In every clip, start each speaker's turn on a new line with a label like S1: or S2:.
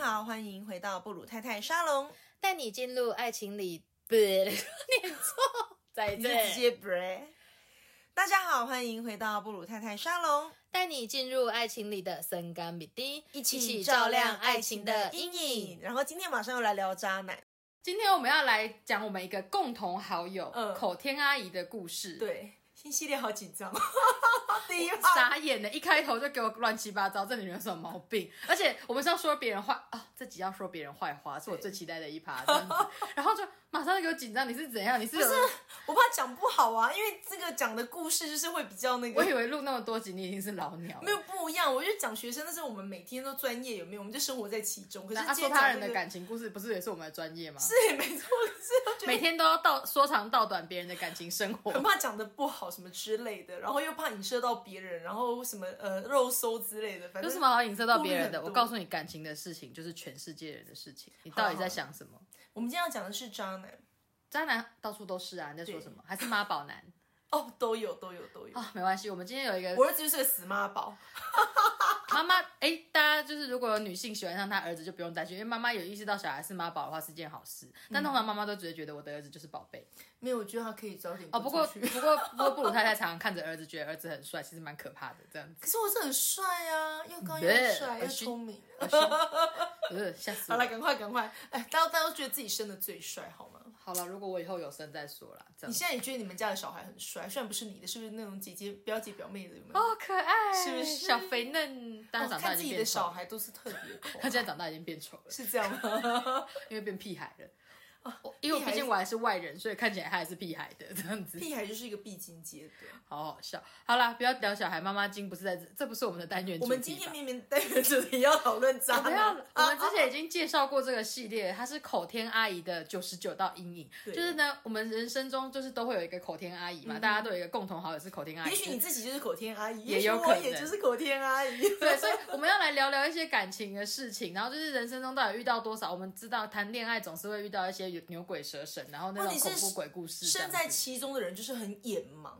S1: 好，欢迎回到布鲁太太沙龙，
S2: 带你进入爱情里，不念错，
S3: 哎
S2: 再
S1: 你就直
S2: 见。
S1: 接 bre。大家好，欢迎回到布鲁太太沙龙，
S2: 带你进入爱情里的森甘米滴，
S1: 一
S2: 起照亮爱情的阴影。。
S1: 然后今天马上又来聊渣男，
S3: 今天我们要来讲我们一个共同好友、
S1: 嗯
S3: 口天阿姨的故事。，
S1: 对，新系列好紧张，第一趴
S3: 傻眼的，一开头就给我乱七八糟，这女人有什么毛病？而且我们是要说别人坏啊、这集要说别人坏话，是我最期待的一 趴。这样子然后就马上就给我紧张，你是怎样？你是有
S1: 我怕讲不好啊，因为这个讲的故事就是会比较那
S3: 我
S1: 个
S3: 以。为录那么多集，你已经是老鸟了。
S1: 没有不一样，我就讲学生，但是我们每天都专业，有没有？我们就生活在其中。可是
S3: 那啊
S1: 今
S3: 说
S1: 天讲
S3: 他人的
S1: 这个
S3: 感情故事，不是也是我们的专业吗？
S1: 对，没错，可 是我觉得
S3: 每天都要道说长道短别人的感情生活。
S1: 很怕讲的不好什么之类的，然后又怕影射到别人，然后什么呃肉搜之类的，反
S3: 有
S1: 正
S3: 什么好影射到别
S1: 顾
S3: 人
S1: 虑很
S3: 的？
S1: 多
S3: 我告诉你，感情的事情就是全世界人的事情。你到底在想什么？
S1: 我们今天要讲的是渣男
S3: 渣男到处都是啊！你在说什么？还是妈宝男
S1: 哦，都有都有都有。
S3: 啊、没关系，我们今天有一个
S1: 我儿子就是个死妈宝，
S3: 妈妈，哎，大家就是如果有女性喜欢上她儿子，就不用担心，因为妈妈有意识到小孩是妈宝的话是件好事。但通常妈妈都只会觉得我的儿子就是宝贝
S1: 没有，我觉得他可以早点
S3: 哦。不过
S1: 滚出去
S3: 不过不过，布鲁太太常常看着儿子，觉得儿子很帅，其实蛮可怕的这样子。
S1: 可是我是很帅啊，又高又
S3: 对
S1: 帅又
S3: 恶心
S1: 聪明。
S3: 呃，吓死
S1: 好
S3: 我
S1: 了，
S3: 了！
S1: 赶快赶快，哎，大家大家都觉得自己生的最帅好吗？
S3: 好了，如果我以后有生再说啦，这样
S1: 你
S3: 子
S1: 现在也觉得你们家的小孩很帅，虽然不是你的，是不是那种姐姐表姐表妹的有没有？
S3: 哦，可爱，
S1: 是不是
S3: 小肥嫩？但
S1: 哦
S3: 他长大
S1: 看
S3: 已
S1: 自
S3: 经
S1: 己的
S3: 变丑
S1: 小
S3: 了，
S1: 孩都是特别抠，
S3: 他现在长大已经变丑了，
S1: 是这样吗？
S3: 因为变屁孩了。我因为
S1: 哦屁
S3: 我
S1: 孩
S3: 毕竟
S1: 是
S3: 我还是外人，所以看起来他还是屁孩的这样子，
S1: 屁孩就是一个必经阶段。
S3: 好好笑。好啦，不要聊小孩，妈妈经不是在这，这不是我们的单元主
S1: 我
S3: 题吧。
S1: 们今天明明单元主题要讨论渣
S3: 不要
S1: 男啊
S3: 了，，我们之前已经介绍过这个系列，它是口天阿姨的九十九道阴影。
S1: 对嗯
S3: 就是呢，我们人生中就是都会有一个口天阿姨嘛，大家都有一个共同好友是口天阿姨。
S1: 也许你自己就是口天阿姨，
S3: 也
S1: 也许
S3: 有
S1: 我
S3: 可能
S1: 也就是口天阿姨。
S3: 对，所以我们要来聊聊一些感情的事情，然后就是人生中到底遇到多少？我们知道谈恋爱总是会遇到一些牛鬼蛇神，然后那
S1: 问
S3: 种
S1: 题是
S3: 恐怖鬼故事这样
S1: 身
S3: 子。
S1: 在其中的人就是很眼盲，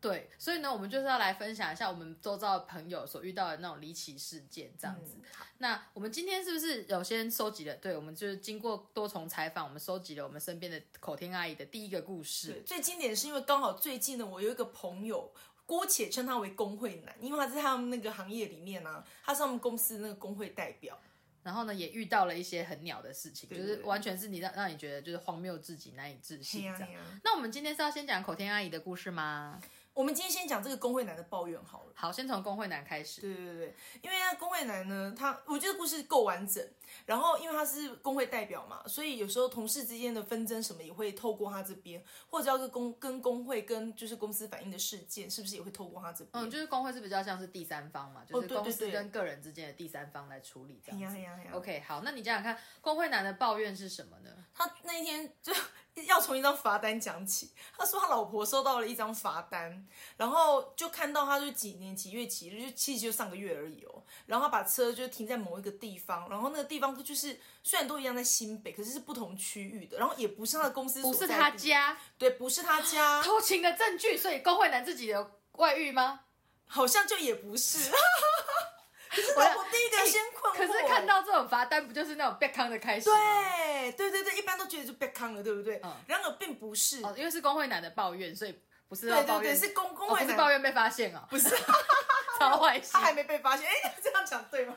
S3: 对，所以呢，我们就是要来分享一下我们周遭的朋友所遇到的那种离奇事件这样子。
S1: 嗯
S3: 那我们今天是不是有先收集了？对，我们就是经过多重采访，我们收集了我们身边的口天阿姨的第一个故
S1: 对，
S3: 事。
S1: 最经典是因为刚好最近呢，我有一个朋友。姑且称他为工会男，因为他在他们那个行业里面啊，他是他们公司的那个工会代表。
S3: 然后呢，也遇到了一些很鸟的事情，
S1: 对
S3: 就是
S1: 对对
S3: 完全是你让让你觉得就是荒谬至极、难以置信
S1: 嘿
S3: 这
S1: 哎呀
S3: 样。
S1: 嘿呀
S3: 那我们今天是要先讲口天阿姨的故事吗？
S1: 我们今天先讲这个工会男的抱怨好了。
S3: 好，先从工会男开始。
S1: 对对对，因为那工会男呢，他我觉得故事够完整，然后因为他是工会代表嘛，所以有时候同事之间的纷争什么也会透过他这边，或者要跟工跟工会跟就是公司反映的事件，是不是也会透过他这边？
S3: 嗯，就是工会是比较像是第三方嘛，就是
S1: 哦对对
S3: 公司
S1: 对
S3: 跟个人之间的第三方来处理这
S1: 哎
S3: 样
S1: 呀哎
S3: 子。
S1: 呀哎呀
S3: OK，好，那你想想看，工会男的抱怨是什么呢？
S1: 他那一天就 要从一张罚单讲起。他说他老婆收到了一张罚单，然后就看到他就几年几月几日，就其实就上个月而已哦。然后他把车就停在某一个地方，然后那个地方就是虽然都一样在新北，可是是不同区域的，然后也不是他的公司，
S3: 不是他，家
S1: 对，不是他家，
S3: 偷情的证据，所以工会男自己有外遇吗？
S1: 好像就也不是。 可是老婆第一个先困惑，
S3: 哎可是看。到这种罚单，不就是那种被康的开始吗？
S1: 对对对对，一般都觉得就被坑了，对不对？然而并不是，
S3: 嗯哦，因为是工会男的抱怨，所以不是要
S1: 对
S3: 抱
S1: 对
S3: 怨，
S1: 对，是公公
S3: 哦，
S1: 会
S3: 不
S1: 男
S3: 是抱怨被发现哦，
S1: 不是，
S3: 超坏心
S1: 他，还没被发现。哎、这样讲对吗？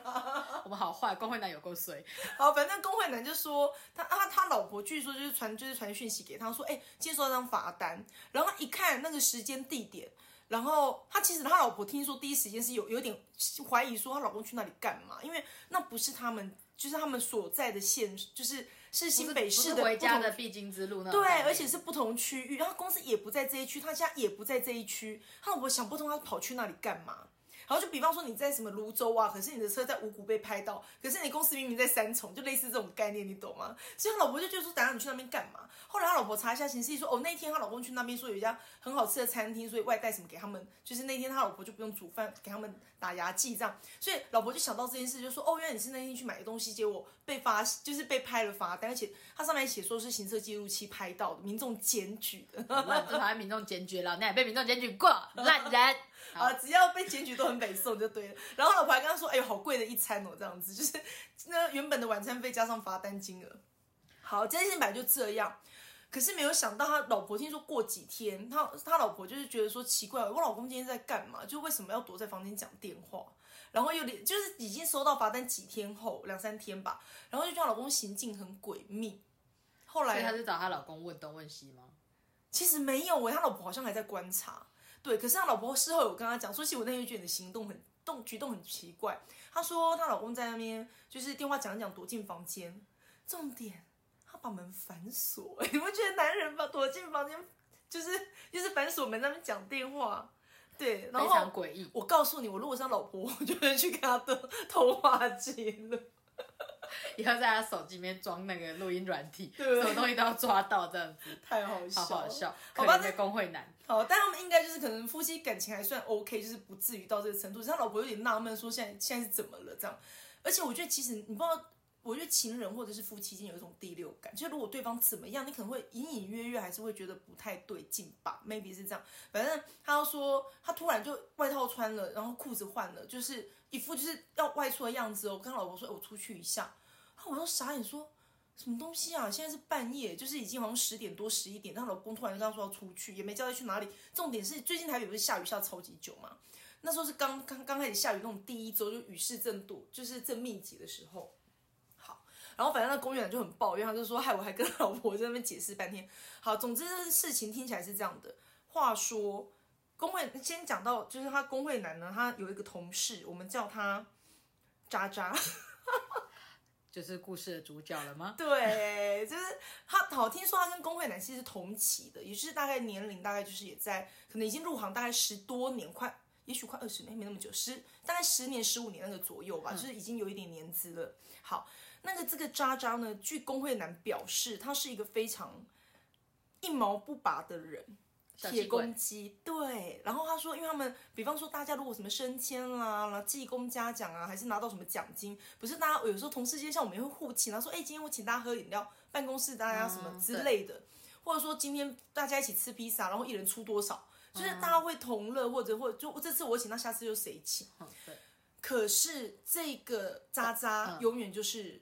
S3: 我们好坏，工会男有够衰。
S1: 好，反正工会男就说他他他老婆据说就是传就是传讯息给他说，哎、接收到张罚单，然后他一看那个时间地点。然后他其实他老婆听说第一时间是有有点怀疑说她老公去那里干嘛，因为那不是他们就是他们所在的县，就是是新北市
S3: 不
S1: 的
S3: 是回家
S1: 不同
S3: 的必经之路那种
S1: 对
S3: 概念。，
S1: 而且是不同区域，然后公司也不在这一区，他家也不在这一区，他老婆想不通，他跑去那里干嘛？然后就比方说你在什么泸州啊，可是你的车在五股被拍到，可是你公司明明在三重，就类似这种概念，你懂吗？所以他老婆就觉得说，等下你去那边干嘛？后来他老婆查一下形势，说哦，那一天他老公去那边说有一家很好吃的餐厅，所以外带什么给他们，就是那天他老婆就不用煮饭给他们打牙祭这样，所以老婆就想到这件事，就说哦，原来你是那天去买个东西，结果被发就是被拍了罚单，而且他上面写说是行车记录器拍到的，民众检举的。
S3: 烂，就讨厌民众检举了，那也被民众检举过，烂人。
S1: 啊，只要被检举都很北宋就对了。然后老婆还跟他说：“哎呦，好贵的一餐哦，这样子就是那原本的晚餐费加上罚单金额。”好，这件事情本来就这样。可是没有想到，他老婆听说过几天，他他老婆就是觉得说奇怪，我老公今天在干嘛？就为什么要躲在房间讲电话？然后又连就是已经收到罚单几天后，两三天吧，然后就觉得老公行径很诡秘。后
S3: 所
S1: 来
S3: 以她就找她老公问东问西吗？
S1: 其实没有欸诶、他老婆好像还在观察。对，可是他老婆事后有跟他讲说，其实我那天觉得你的行动很动举动很奇怪。她说她老公在那边就是电话讲一讲，躲进房间，重点他把门反锁、欸。你 不觉得男人把躲进房间就是就是反锁门在那边讲电话？对，然
S3: 非常
S1: 后
S3: 诡异。
S1: 我告诉你，我如果是他老婆，我就会去跟他的 通话记录。
S3: 以后在他手机里面装那个录音软体，
S1: 对
S3: 什么东西都要抓到，这样子
S1: 太好笑
S3: 好
S1: 了，
S3: 好笑。
S1: 好
S3: 可
S1: 吧
S3: 怜的工会男，
S1: 好，哦但他们应该就是可能夫妻感情还算 OK，就是不至于到这个程度。只是他老婆有点纳闷，说现在现在是怎么了这样。而且我觉得其实你不知道，我觉得情人或者是夫妻间有一种第六感，就是如果对方怎么样，你可能会隐隐约约还是会觉得不太对劲吧，maybe 是这样。反正他要说他突然就外套穿了，然后裤子换了，就是一副就是要外出的样子哦。我跟他老婆说，哎我出去一下，然后我都傻眼说。什么东西啊！现在是半夜，就是已经好像十点多、十一点，她老公突然就跟她说要出去，也没交代去哪里。重点是最近台北不是下雨下超级久嘛？那时候是刚刚刚开始下雨那种第一周，就雨势正多，就是正密集的时候。好，然后反正那公园就很抱怨，他就说害我还跟老婆在那边解释半天。好，总之这事情听起来是这样的。话说，工会先讲到就是他工会男呢，他有一个同事，我们叫他渣渣。
S3: 就是故事的主角了吗？
S1: 对，就是他好听说他跟工会男其实是同期的，也是大概年龄大概就是也在可能已经入行大概十多年，快也许快二十年，没那么久，十大概十年十五年那个左右吧，就是已经有一点年资了。好，那个这个渣渣呢，据工会男表示，他是一个非常一毛不拔的人，
S3: 小
S1: 铁
S3: 气鬼
S1: 公鸡，对。然后他说，因为他们，比方说大家如果什么升迁啊啦、啦技工嘉奖啊，还是拿到什么奖金，不是大家有时候同事间像我们也会互请，然后说，哎、今天我请大家喝饮料，办公室大家什么
S3: 嗯
S1: 之类的，或者说今天大家一起吃披萨，然后一人出多少，
S3: 嗯
S1: 就是大家会同乐，或者或者就这次我请，那下次就谁请。
S3: 嗯，对，
S1: 可是这个渣
S3: 嗯
S1: 渣永远就是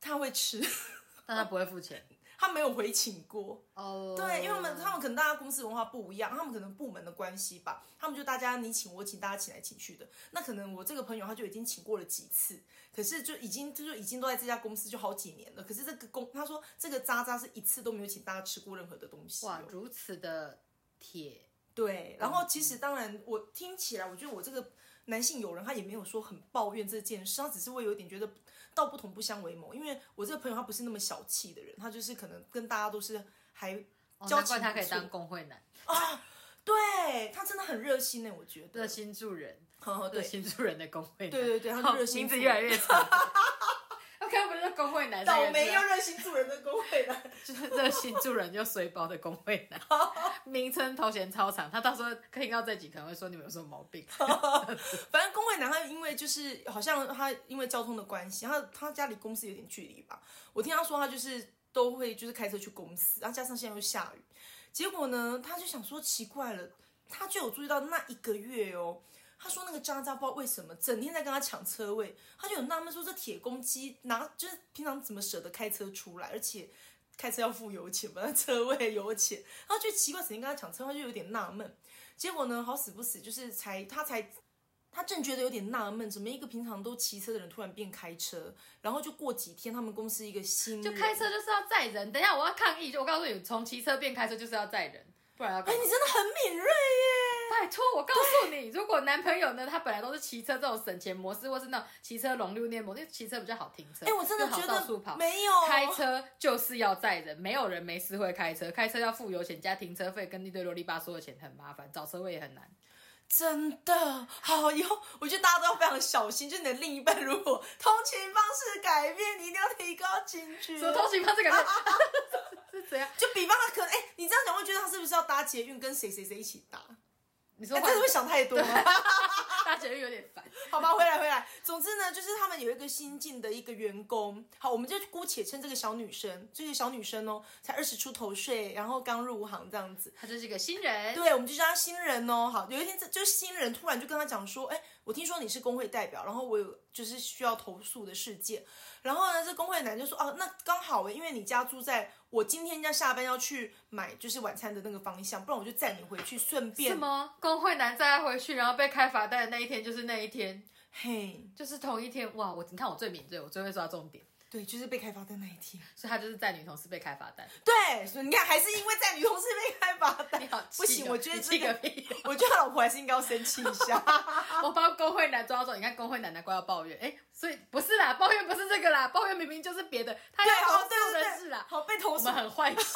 S1: 他会吃，
S3: 但他不会付钱
S1: 他没有回请过。
S3: 哦。
S1: 对，因为他们他们可能大家公司文化不一样，他们可能部门的关系吧，他们就大家你请我请，大家请来请去的。那可能我这个朋友他就已经请过了几次，可是就已经就是已经都在这家公司就好几年了。可是这个公他说这个渣渣是一次都没有请大家吃过任何的东西、
S3: 哇嗯
S1: 哦，。
S3: 如此的铁，
S1: 对，然后其实当然我听起来，我觉得我这个男性友人他也没有说很抱怨这件事，他只是会有点觉得道不同不相为谋，因为我这个朋友他不是那么小气的人，他就是可能跟大家都是还。
S3: 哦
S1: 交
S3: 难
S1: 情
S3: 怪他可以
S1: 不错
S3: 当工会男，
S1: 对他真的很热心呢、我觉得
S3: 热，心助人，
S1: 哦
S3: 热
S1: 对
S3: 心助人的工会男。
S1: 对对对，他
S3: 好，
S1: 就热心
S3: 名
S1: 助
S3: 字
S1: 人
S3: 越来 越长。OK，不是工会男，
S1: 倒霉又
S3: 又
S1: 热心助人的工会了。
S3: 就是热心助人又随包的工会男，名称头衔超长。他到时候听到这集可能会说你们有什么毛病。
S1: 反正工会男他因为就是好像他因为交通的关系，他他家离公司有点距离吧。我听他说他就是都会就是开车去公司，然后加上现在又下雨，结果呢他就想说奇怪了，他就有注意到那一个月哦。他说那个渣渣不知道为什么整天在跟他抢车位，他就有纳闷说这铁公鸡哪就是平常怎么舍得开车出来，而且开车要付油钱嘛，那 车位油钱，然后就奇怪整天跟他抢车位，他就有点纳闷。结果呢，好死不死就是才他才他正觉得有点纳闷，怎么一个平常都骑车的人突然变开车，然后就过几天他们公司一个新
S3: 就
S1: 人
S3: 开车就是要载人。等一下我要抗议，就我告诉你，从骑车变开车就是要载人，不然要干
S1: 哎、
S3: 嘛
S1: 你真的很敏锐耶！
S3: 拜托，我告诉你，如果男朋友呢，他本来都是骑车这种省钱模式，或是那种骑车龙六念模式，因为骑车比较好停车。
S1: 哎、我真的
S3: 又好
S1: 觉
S3: 到处跑
S1: 得。没有
S3: 开车就是要载人，没有人没事会开车。开车要付油钱加停车费，跟一堆啰里吧嗦的钱，很麻烦，找车位也很难。
S1: 真的好，以后我觉得大家都要非常小心。就你的另一半如果通勤方式改变，你一定要提高警觉。
S3: 什么通行方式感觉 是怎样？
S1: 就比方他可能，哎、你这样讲会觉得他是不是要搭捷运跟谁谁谁一起搭？
S3: 你说
S1: 哎、
S3: 换
S1: 这是不是想太多了？
S3: 大姐有点烦。
S1: 好吧，回来回来。总之呢，就是他们有一个新进的一个员工，好，我们就姑且称这个小女生，这个小女生哦，才二十出头岁，然后刚入行这样子。
S3: 她就是一个新人，
S1: 对，我们就叫她新人哦。好，有一天这就是新人突然就跟她讲说，哎，我听说你是工会代表，然后我有就是需要投诉的事件。然后呢，这工会男就说，哦、那刚好诶，因为你家住在我今天要下班要去买就是晚餐的那个方向，不然我就载你回去，顺
S3: 什
S1: 便
S3: 么工会男再回去，然后被开罚单的那一天就是那一天，
S1: 嘿，
S3: 就是同一天。哇，我你看我最敏锐，我最会抓重点，
S1: 对，就是被开发的那一天。
S3: 所以他就是在女同事被开罚单。
S1: 对，所以你看，还是因为在女同事被开罚单
S3: 你好，气 哦，
S1: 不行，我觉得
S3: 你
S1: 这
S3: 气个
S1: 个，
S3: 屁哦！
S1: 我觉得他老婆还是应该要生气一下。
S3: 我帮工会男抓走，你看工会男难怪要抱怨，哎，所以不是啦，抱怨不是这个啦，抱怨明明就是别的，他
S1: 对，啊
S3: 要
S1: 好，
S3: 投
S1: 对
S3: 诉
S1: 对
S3: 的
S1: 对，
S3: 事啦。
S1: 好被投
S3: 我
S1: 诉
S3: 们，很坏 心，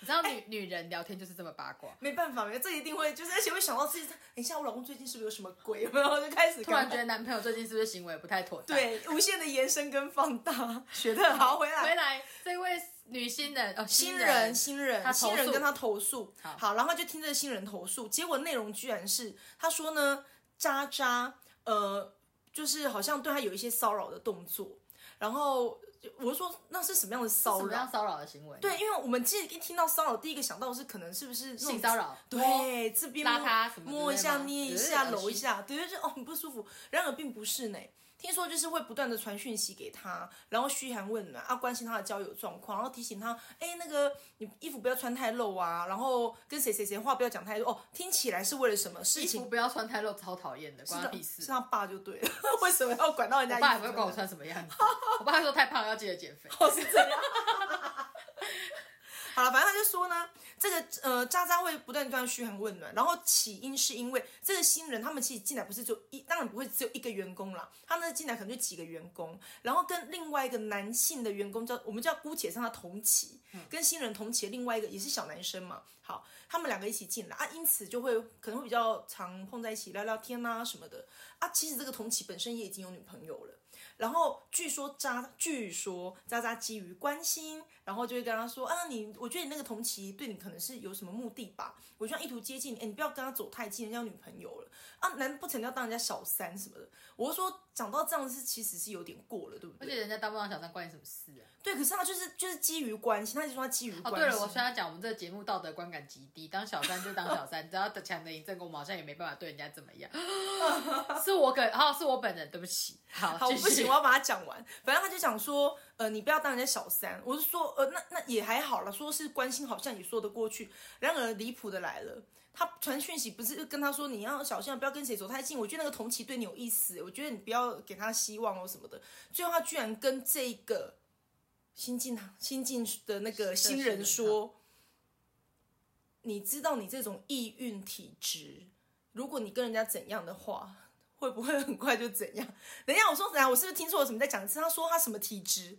S3: 你知道女女人聊天就是这么八卦，
S1: 没办法，这一定会就是，而且会想到自己，等一下我老公最近是不是有什么鬼， 然后就开始
S3: 突然
S1: 跟
S3: 觉得男朋友最近是不是行为不太妥当？，
S1: 对无限的延伸跟放大，学的好，回
S3: 回
S1: 来。
S3: 来这位女新人哦，
S1: 新
S3: 人
S1: 人，新人，
S3: 他投诉
S1: 新人跟他投诉，
S3: 好
S1: 然后他就听这个新人投诉，结果内容居然是他说呢，渣渣，呃，就是好像对他有一些骚扰的动作，然后我就说那是什么样的
S3: 什
S1: 骚
S3: 么
S1: 扰
S3: 样？骚扰的行为？
S1: 对，，因为我们其实一听到骚扰，第一个想到的是可能是不是那种
S3: 性骚扰，摸，
S1: 对，这边
S3: 拉
S1: 摸
S3: 他什么之
S1: 摸一
S3: 类
S1: 下、
S3: 吗
S1: 捏一
S3: 呃
S1: 下、
S3: 恶
S1: 揉一
S3: 心
S1: 下，对，就是哦很不舒服。然而并不是呢，听说就是会不断的传讯息给他，然后嘘寒问暖啊，关心他的交友状况，然后提醒他，哎，那个你衣服不要穿太露啊，然后跟谁谁谁话不要讲太多哦。听起来是为了什么事
S3: 衣服
S1: 情？
S3: 不要穿太露，超讨厌的，关他屁
S1: 是
S3: 事。
S1: 他爸就对了， 为什么要管到人家
S3: 我
S1: 衣
S3: 爸
S1: 服
S3: 也不
S1: 怎么
S3: 会管
S1: 样？
S3: 我穿什么 样子，我爸还说太胖要记得减肥。
S1: 哦，是这样。 好了，反正他就说呢，这个呃渣渣会不断不断嘘寒问暖，然后起因是因为这个新人他们其实进来不是只有一，当然不会只有一个员工啦，他们进来可能就几个员工，然后跟另外一个男性的员工叫我们叫姑且称他同期，跟新人同期的另外一个也是小男生嘛，好，他们两个一起进来啊，因此就会可能会比较常碰在一起聊聊天啊什么的啊，其实这个同期本身也已经有女朋友了。然后据说渣，据说渣渣基于关心，然后就会跟他说啊，你我觉得你那个同期对你可能是有什么目的吧，我就要意图接近你，哎，你不要跟他走太近，人家有女朋友了啊，难不成要当人家小三什么的？我就说讲到这样是其实是有点过了，对不
S3: 而
S1: 对？
S3: 且人家当不当小三关你什么事 啊？
S1: 对，可是他就是就是基于关心，他就说他基于
S3: 哦，
S1: 关心。
S3: 对了，我虽然讲我们这个节目道德观感极低，当小三就当小三，只要抢得赢正宫，我们好像也没办法对人家怎么 样。是我可，哦，是我本人，对不起。好，
S1: 好，
S3: 继续
S1: 不行，我要把它讲完。反正他就讲说，呃，你不要当人家小三。我是说，呃，那那也还好了，说是关心，好像也说得过去。然而离谱的来了，他传讯息不是跟他说你要小心啊，不要跟谁走太近。我觉得那个同期对你有意思，我觉得你不要给他希望哦什么的。最后他居然跟这个新进新进的那个新
S3: 新人
S1: 人说，你知道你这种易孕体质，如果你跟人家怎样的话。会不会很快就怎样？ 等一下，我说怎样？我是不是听错了什么？再讲一次。他说他什么体质？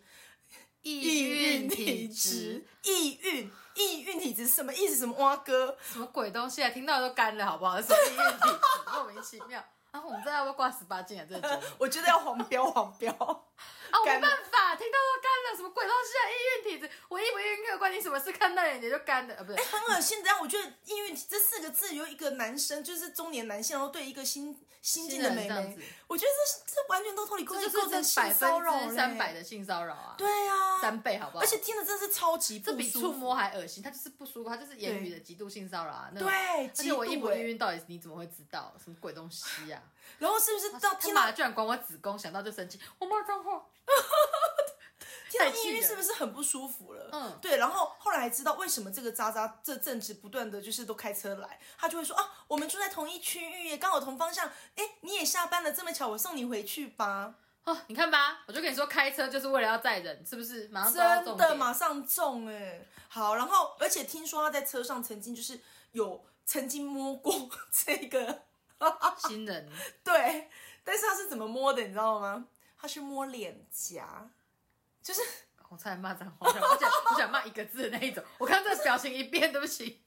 S3: 抑郁体质。，
S1: 抑郁，抑郁体质是什么意思？什么蛙 哥？
S3: 什么鬼东西啊！听到都干了，好不好？ 什么医院体质，莫名其妙。啊，我们这要不要挂十八禁啊？这个节目
S1: 我觉得要黄标，黄标。
S3: 啊，我没
S1: 干了
S3: 办法，听到都干了，什么鬼东西啊！医院体质，我抑不抑郁有关你什么事？看到人也就干了，啊，不是
S1: 哎、。很恶心。等一下，我觉得抑郁这四个字由一个男生，就是中年男性，然后对一个新新进的
S3: 人
S1: 妹
S3: 这样
S1: 妹
S3: 子，，
S1: 我觉得这是这完全都脱离构
S3: 这
S1: 成
S3: 就
S1: 构
S3: 是这
S1: 成性
S3: 百
S1: 骚扰
S3: 分之
S1: 嘞
S3: 三百的性骚扰啊，
S1: 对啊，
S3: 三倍好不好？
S1: 而且听的真的是超级不
S3: 这比
S1: 舒
S3: 触
S1: 服
S3: 摸还恶心，他就是不舒服，他就是言语的极度性骚扰啊。那种
S1: 对，欸而
S3: 而且我抑不抑郁到底你怎么会知道？什么鬼东西啊？
S1: 然后是不是到
S3: 他
S1: 听到
S3: 妈居然管我子宫，想到就生气，我骂脏话。
S1: 听到
S3: 太气
S1: 抑郁
S3: 人
S1: 是不是很不舒服了？
S3: 嗯
S1: 对。然后后来还知道为什么这个渣渣这阵子不断的就是都开车来，他就会说啊，我们住在同一区域耶，刚好同方向，哎，你也下班了，这么巧，我送你回去吧。
S3: 哦，你看吧，我就跟你说，开车就是为了要载人，是不是？马上抓到
S1: 真
S3: 重
S1: 的
S3: 点。
S1: 马上中哎，好，然后而且听说他在车上曾经就是有曾经摸过 这个，哦
S3: 新人，
S1: 对，但是他是怎么摸的，你知道吗？他是摸脸颊，就是
S3: 我差点骂脏话，我想我想骂一个字的那一种。我看这表情一变，对不起，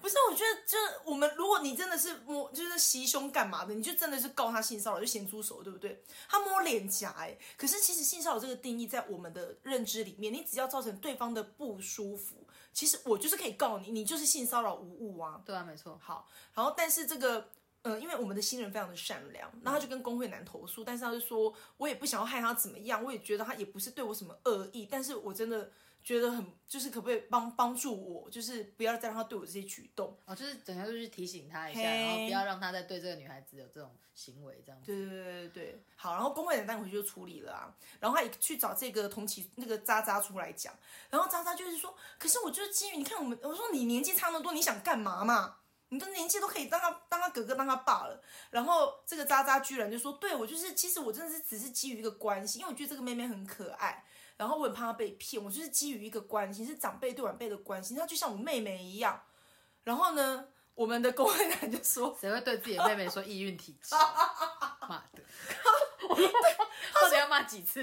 S1: 不是，啊我觉得就是我们，如果你真的是摸，就是袭胸干嘛的，你就真的是告他性骚扰，就咸猪手，对不对？他摸脸颊，哎，可是其实性骚扰这个定义在我们的认知里面，你只要造成对方的不舒服，其实我就是可以告你，你就是性骚扰无误啊。
S3: 对啊，没错，
S1: 好，然后但是这个嗯，因为我们的新人非常的善良，然后他就跟工会男投诉，但是他就说，我也不想要害他怎么样，我也觉得他也不是对我什么恶意，但是我真的觉得很，就是可不可以帮帮助我，就是不要再让他对我这些举动。
S3: 哦，就是等一下就去提醒他一下，
S1: 嘿
S3: 然后不要让他再对这个女孩子有这种行为，这样子。
S1: 对对对对对，好，然后工会男带回去就处理了啊，然后他也去找这个同期那个渣渣出来讲，然后渣渣就是说，可是我就是基于你看我们，我说你年纪差那么多，你想干嘛嘛？你的年纪都可以当他当他哥哥当他爸了，然后这个渣渣居然就说，对我就是，其实我真的是只是基于一个关系，因为我觉得这个妹妹很可爱，然后我很怕她被骗，我就是基于一个关系，是长辈对晚辈的关系，她就像我妹妹一样。然后呢，我们的工会男就说，
S3: 谁会对自己的妹妹说易孕体 质？骂的，到底要骂几次？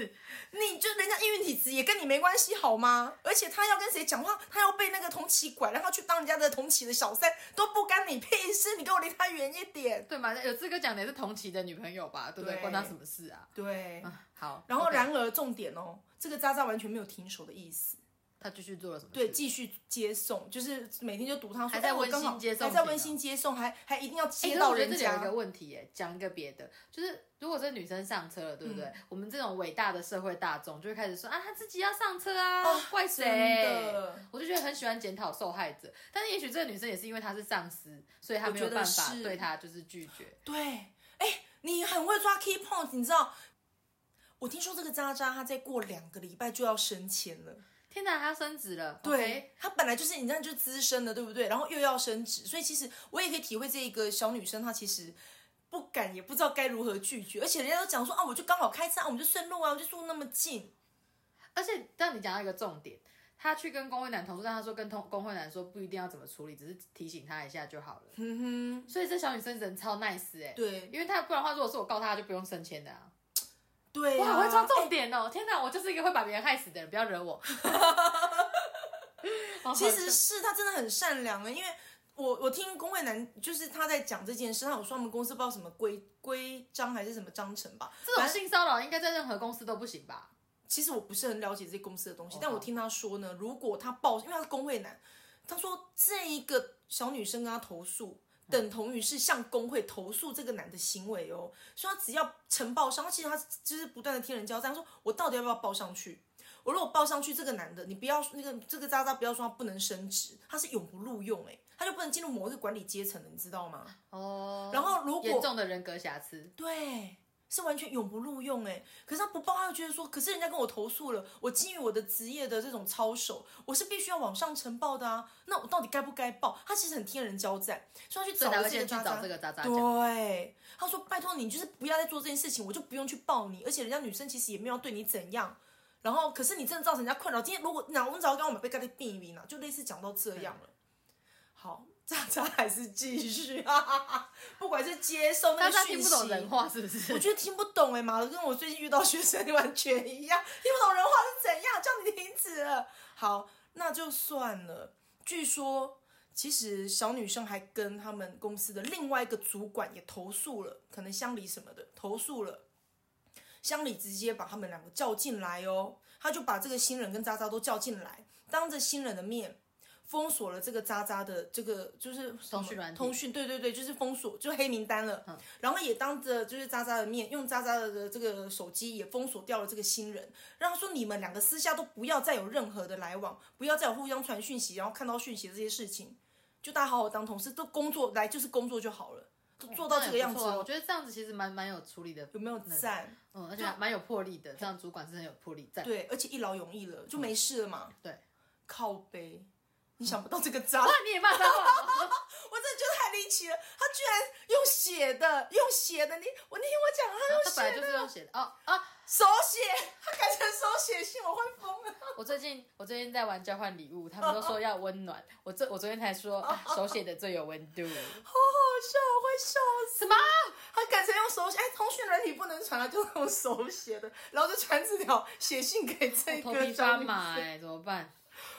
S1: 你就人家应运体质也跟你没关系好吗？而且他要跟谁讲话，他要被那个同期拐，让他去当人家的同期的小三，都不干你屁事，你给我离他远一点。
S3: 对嘛？有资格讲的也是同期的女朋友吧？对不对？
S1: 对
S3: 关他什么事啊？
S1: 对，
S3: 啊，好。
S1: 然后
S3: OK，
S1: 然而重点哦，这个渣渣完全没有停手的意思，
S3: 他继续做了什么事？
S1: 对，继续接送，就是每天就读他说，
S3: 还在
S1: 哎我
S3: 温馨
S1: 刚好
S3: 接送
S1: 还在
S3: 你
S1: 温
S3: 呢
S1: 馨接送，还还一定要
S3: 哎
S1: 接
S3: 可是
S1: 到
S3: 我觉
S1: 人
S3: 得这里有一
S1: 家
S3: 个。问题耶，讲一个别的，就是如果这女生上车了，对不对？
S1: 嗯
S3: 我们这种伟大的社会大众就会开始说啊，她自己要上车啊，
S1: 哦
S3: 怪
S1: 真
S3: 谁
S1: 的？
S3: 我就觉得很喜欢检讨受害者，但是也许这个女生也是因为她是上司，所以她没有
S1: 我觉得
S3: 办法
S1: 是
S3: 对她就是拒绝。
S1: 对，哎，你很会抓 key point，你知道？我听说这个渣渣他再过两个礼拜就要升迁了。
S3: 天哪，她升职了，
S1: 对，她本来就是你这样就资深的，对不对？然后又要升职，所以其实我也可以体会这一个小女生，她其实不敢，也不知道该如何拒绝，而且人家都讲说啊，我就刚好开车啊，我们就顺路啊，我就住那么近，
S3: 而且，但你讲到一个重点，他去跟工会男投诉，但他说跟通工会男说不一定要怎么处理，只是提醒他一下就好了。
S1: 嗯哼，
S3: 所以这小女生人超 nice 哎、
S1: 对
S3: 因为她不然的话，如果是我告她，她就不用升迁的啊。
S1: 对、
S3: 我
S1: 啊，
S3: 好会抓重点哦、天哪，我就是一个会把别人害死的人，不要 惹我。哦好好
S1: 其
S3: 笑
S1: 实是他真的很善良啊，因为我我听工会男就是他在讲这件事，他有说他们公司不知道什么规规章还是什么章程吧，
S3: 这种性骚扰应该在任何公司都不行吧？
S1: 其实我不是很了解这公司的东西
S3: 哦，
S1: 但我
S3: 好
S1: 听他说呢，如果他报，因为他是工会男，他说这一个小女生跟他投诉，等同于是向工会投诉这个男的行为哦，所以他只要呈报上，他其实他就是不断的天人交战，他说我到底要不要报上去？我如果报上去，这个男的，你不要那个这个渣渣，不要说他不能升职，他是永不录用、欸，他就不能进入某一个管理阶层了，你知道吗？
S3: 哦，
S1: 然后如果
S3: 严重的人格瑕疵，
S1: 对，是完全永不录用哎。可是他不报，他就觉得说，可是人家跟我投诉了，我基于我的职业的这种操守，我是必须要往上呈报的啊。那我到底该不该报？他其实很天人交战，所以他去
S3: 所以才
S1: 找
S3: 会
S1: 了这
S3: 先
S1: 个
S3: 去
S1: 渣
S3: 找这
S1: 渣。
S3: 个渣渣讲。
S1: 对，啊他说拜托你，就是不要再做这件事情，我就不用去报你。而且人家女生其实也没有对你怎样。然后，可是你真的造成人家困扰。今天如果哪我们早刚我们被盖的避避呢，就类似讲到这样了。
S3: 嗯
S1: 好，渣渣还是继续， 不管是接受那
S3: 渣
S1: 个
S3: 渣
S1: 讯息，
S3: 听不懂人话是不
S1: 我
S3: 是？
S1: 觉得听不懂哎、马的跟我最近遇到学生完全一样，听不懂人话是怎样，叫你停止了。好，那就算了。据说，其实小女生还跟他们公司的另外一个主管也投诉了，可能乡里什么的投诉了。乡里直接把他们两个叫进来哦，他就把这个新人跟渣渣都叫进来，当着新人的面封锁了这个渣渣的这个就是什么
S3: 通讯软体嗯
S1: 通讯，对对对，就是封锁，就黑名单了。然后也当着就是渣渣的面，用渣渣的这个手机也封锁掉了这个新人，让他说你们两个私下都不要再有任何的来往，不要再有互相传讯息，然后看到讯息的这些事情，就大家好好当同事，都工作来就是工作就好了，就做到这个样子
S3: 那也不错啊我
S1: 哦，
S3: 觉得这样子其实蛮蛮有处理的，
S1: 有没有赞？
S3: 嗯，而且还蛮有魄力的，这样主管是很有魄力在。
S1: 啊对，而且一劳永逸了，就没事了嘛。
S3: 嗯对，
S1: 靠背，你想不到这个渣，我
S3: 那你也骂脏话哦，
S1: 真的觉得太离奇了，他居然用写的，用写的，你我那天我讲他用
S3: 他本来就是用写的哦啊！
S1: 手写，他改成手写信，我会疯了。
S3: 我最近我最近在玩交换礼物，他们都说要温暖，我这我昨天才说、啊、手写的最有温度。
S1: 好好笑，我会笑死。
S3: 什么？
S1: 他改成用手写，哎，通讯软体不能传了，就用手写的，然后就传纸条写信给这
S3: 头
S1: 个
S3: 皮
S1: 小
S3: 发
S1: 女
S3: 麻
S1: 生
S3: 哎、怎么办？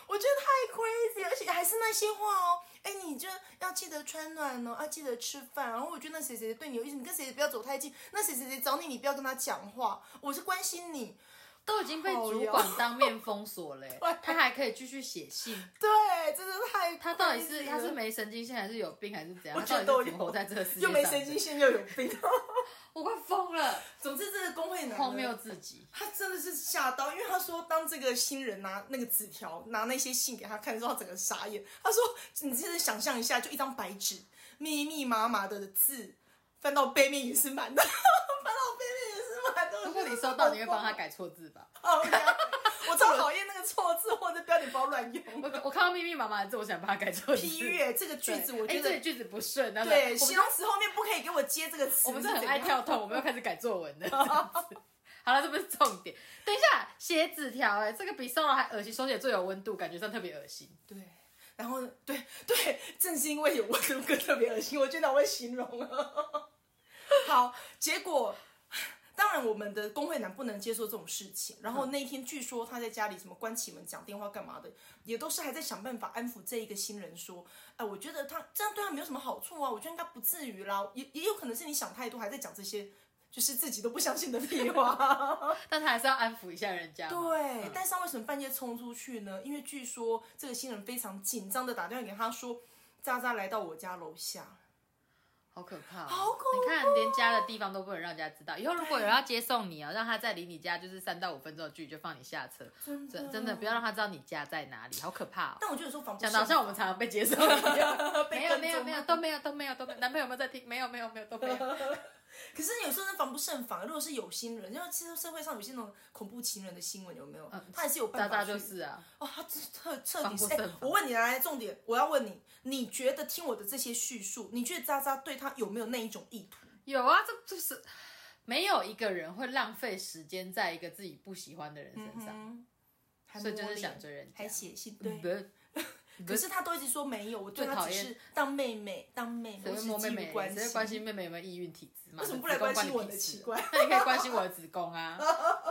S1: 我觉得太 crazy，而且还是那些话哦，哎，你就要记得穿暖哦，要记得吃饭，然后我觉得那谁谁谁对你有意思，你跟谁谁不要走太近，那谁谁谁找你，你不要跟他讲话，我是关心你。
S3: 都已经被
S1: 好
S3: 主
S1: 哟
S3: 管当面封锁 了欸、他还可以继续写信。
S1: 对，真的太
S3: 他到底是
S1: crazy
S3: 他是
S1: 了
S3: 没神经线还是有病还是怎样？
S1: 我
S3: 他
S1: 觉得
S3: 到
S1: 都
S3: 底是
S1: 有
S3: 怎么活在这个世界
S1: 又
S3: 上？
S1: 没神经，线又有病。
S3: 我快疯 了，
S1: 总之，这个工会男
S3: 荒
S1: 呢
S3: 谬至极。
S1: 他真的是吓到，因为他说当这个新人拿那个纸条拿那些信给他看的时候，他整个傻眼。他说：“你真的想象一下，就一张白纸，密密麻麻的字，翻到背面也是满的， 翻到背面也是满的。”
S3: 如果你收到，你会帮他改错字吧？
S1: 哦对啊 我超讨厌那个错字或者标点包乱用。
S3: 我我看到密密麻麻的字，我想帮他改错字。
S1: 批阅这个句子，
S3: 对
S1: 我觉
S3: 哎这
S1: 得
S3: 里句子不顺，然后我
S1: 对
S3: 们
S1: 形
S3: 就
S1: 容词后面不可以给我接这个词，
S3: 我们是
S1: 是
S3: 很
S1: 怎
S3: 爱
S1: 样
S3: 跳痛，我们又开始改作文的。这样子好了，这不是重点。等一下，写纸条，哎，这个比骚扰还恶心。手写最有温度，感觉上特别恶心。
S1: 对，然后对对，正是因为有我这个特别恶心，我觉得我会形容了。好，结果当然我们的工会男不能接受这种事情。然后那一天，据说他在家里什么关起门讲电话干嘛的，也都是还在想办法安抚这一个新人，说，哎，我觉得他这样对他没有什么好处啊，我觉得应该不至于啦，也也有可能是你想太多，还在讲这些。就是自己都不相信的屁话，
S3: 但他还是要安抚一下人家嘛。
S1: 对
S3: 嗯，
S1: 但是他为什么半夜冲出去呢？因为据说这个新人非常紧张的打电话给他说，渣渣来到我家楼下，
S3: 好可怕哦、
S1: 好恐怖
S3: 你看，连家的地方都不能让人家知道。以后如果有人要接送你啊，让他在离你家就是三到五分钟的距离就放你下车，
S1: 真
S3: 真真的不要。让他知道你家在哪里，好可怕哦、
S1: 但我觉得说防不
S3: 讲的好
S1: 胜
S3: 像我
S1: 防，，
S3: 们常常被接送一样
S1: 啊被
S3: 没有
S1: 跟踪啊
S3: 没有没有
S1: 吗
S3: 都没有都没有都没有，男朋友有没有在听？没有没有没有都没有。
S1: 可是有时候真的防不胜防。如果是有心人，因为其实社会上有些那种恐怖情人的新闻有没有？他还是有
S3: 嗯渣
S1: 办
S3: 渣
S1: 法去。
S3: 就是啊，
S1: 哦，他真是特彻底是。
S3: 防不
S1: 哎、
S3: 胜防
S1: 我问你啊，来重点，我要问你，你觉得听我的这些叙述，你觉得渣渣对他有没有那一种意图？
S3: 有啊，这就是没有一个人会浪费时间在一个自己不喜欢的人身上。
S1: 嗯哼，
S3: 所以就是
S1: 还摸
S3: 想嗯
S1: 脸
S3: 追人家
S1: 还写信，对，
S3: 不，
S1: 可
S3: 可
S1: 是他都一直说没有，我对
S3: 最
S1: 他
S3: 讨
S1: 只
S3: 厌
S1: 是当妹妹，当妹妹，
S3: 谁
S1: 我
S3: 会
S1: 只
S3: 摸
S1: 基
S3: 妹
S1: 于
S3: 妹？
S1: 关
S3: 谁
S1: 心。
S3: 会关心妹妹有没有易孕体质嘛？
S1: 为什么不
S3: 子
S1: 来
S3: 宫
S1: 关
S3: 关
S1: 心
S3: 你
S1: 我
S3: 屁
S1: 的？
S3: 事
S1: 奇怪，
S3: 那你可以关心我的子宫啊！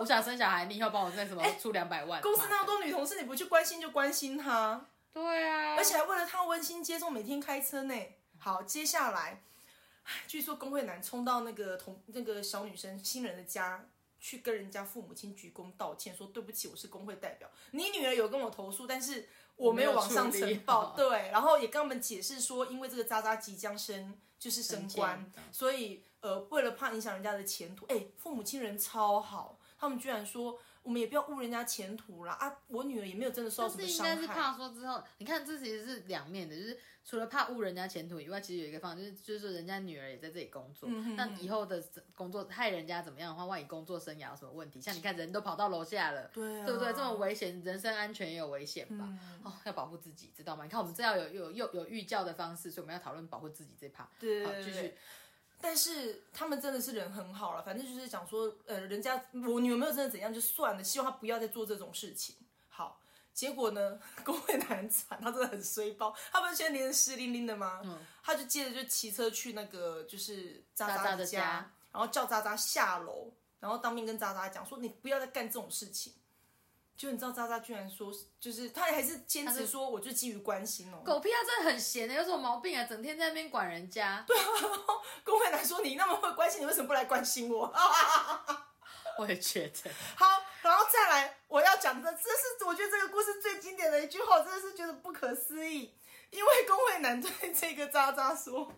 S3: 我想生小孩，你以后帮我 那什么出两百万嘛。
S1: 哎公司那么多女同事，你不去关心就关心她，
S3: 对啊，
S1: 而且还为了她温馨接送，每天开车呢。好，接下来，唉据说工会男冲到那个同那个小女生新人的家。去跟人家父母亲鞠躬道歉，说对不起，我是工会代表。你女儿有跟我投诉，但是我没有往上
S3: 我没有
S1: 呈
S3: 处
S1: 报。
S3: 理
S1: 对，然后也跟他们解释说，因为这个渣渣即将升，就是升官，所以呃，为了怕影响人家的前途，哎、父母亲人超好，他们居然说我们也不要误人家前途啦啊！我女儿也没有真的受到
S3: 但
S1: 什
S3: 是
S1: 么
S3: 应
S1: 伤
S3: 该是
S1: 害，
S3: 怕说之后，你看这其实是两面的，就是除了怕误人家前途以外，其实有一个方法，就是就是说人家女儿也在这里工作，
S1: 嗯哼
S3: 那以后的工作害人家怎么样的话，万一工作生涯有什么问题，像你看人都跑到楼下了，
S1: 对啊
S3: 对不对？这么危险，人身安全也有危险吧？
S1: 嗯
S3: 哦，要保护自己，知道吗？你看我们这要有有有有寓教的方式，所以我们要讨论保护自己这一趴。
S1: 对
S3: 好，
S1: 对
S3: 继
S1: 对
S3: 续
S1: 对。但是他们真的是人很好了，反正就是讲说，呃，人家我女儿没有真的怎样就算了，希望她不要再做这种事情。好，结果呢， 工会男很惨，他真的很衰包，他不是现在连湿淋淋的吗？他就接着就骑车去那个就是渣
S3: 渣
S1: 渣
S3: 渣的
S1: 家，
S3: 家
S1: 然后叫渣渣下楼，然后当面跟渣渣讲说你不要再干这种事情。就你知道渣渣居然说，就是他还是坚持说我就基于关心哦、
S3: 狗屁啊，真的很闲的，有什么毛病啊？整天在那边管人家，
S1: 工会男说你那么会关心，你为什么不来关心我？
S3: 我也觉得。
S1: 好，然后再来，我要讲的，这是我觉得这个故事最经典的一句话，我真的是觉得不可思议。因为工会男对这个渣渣说：“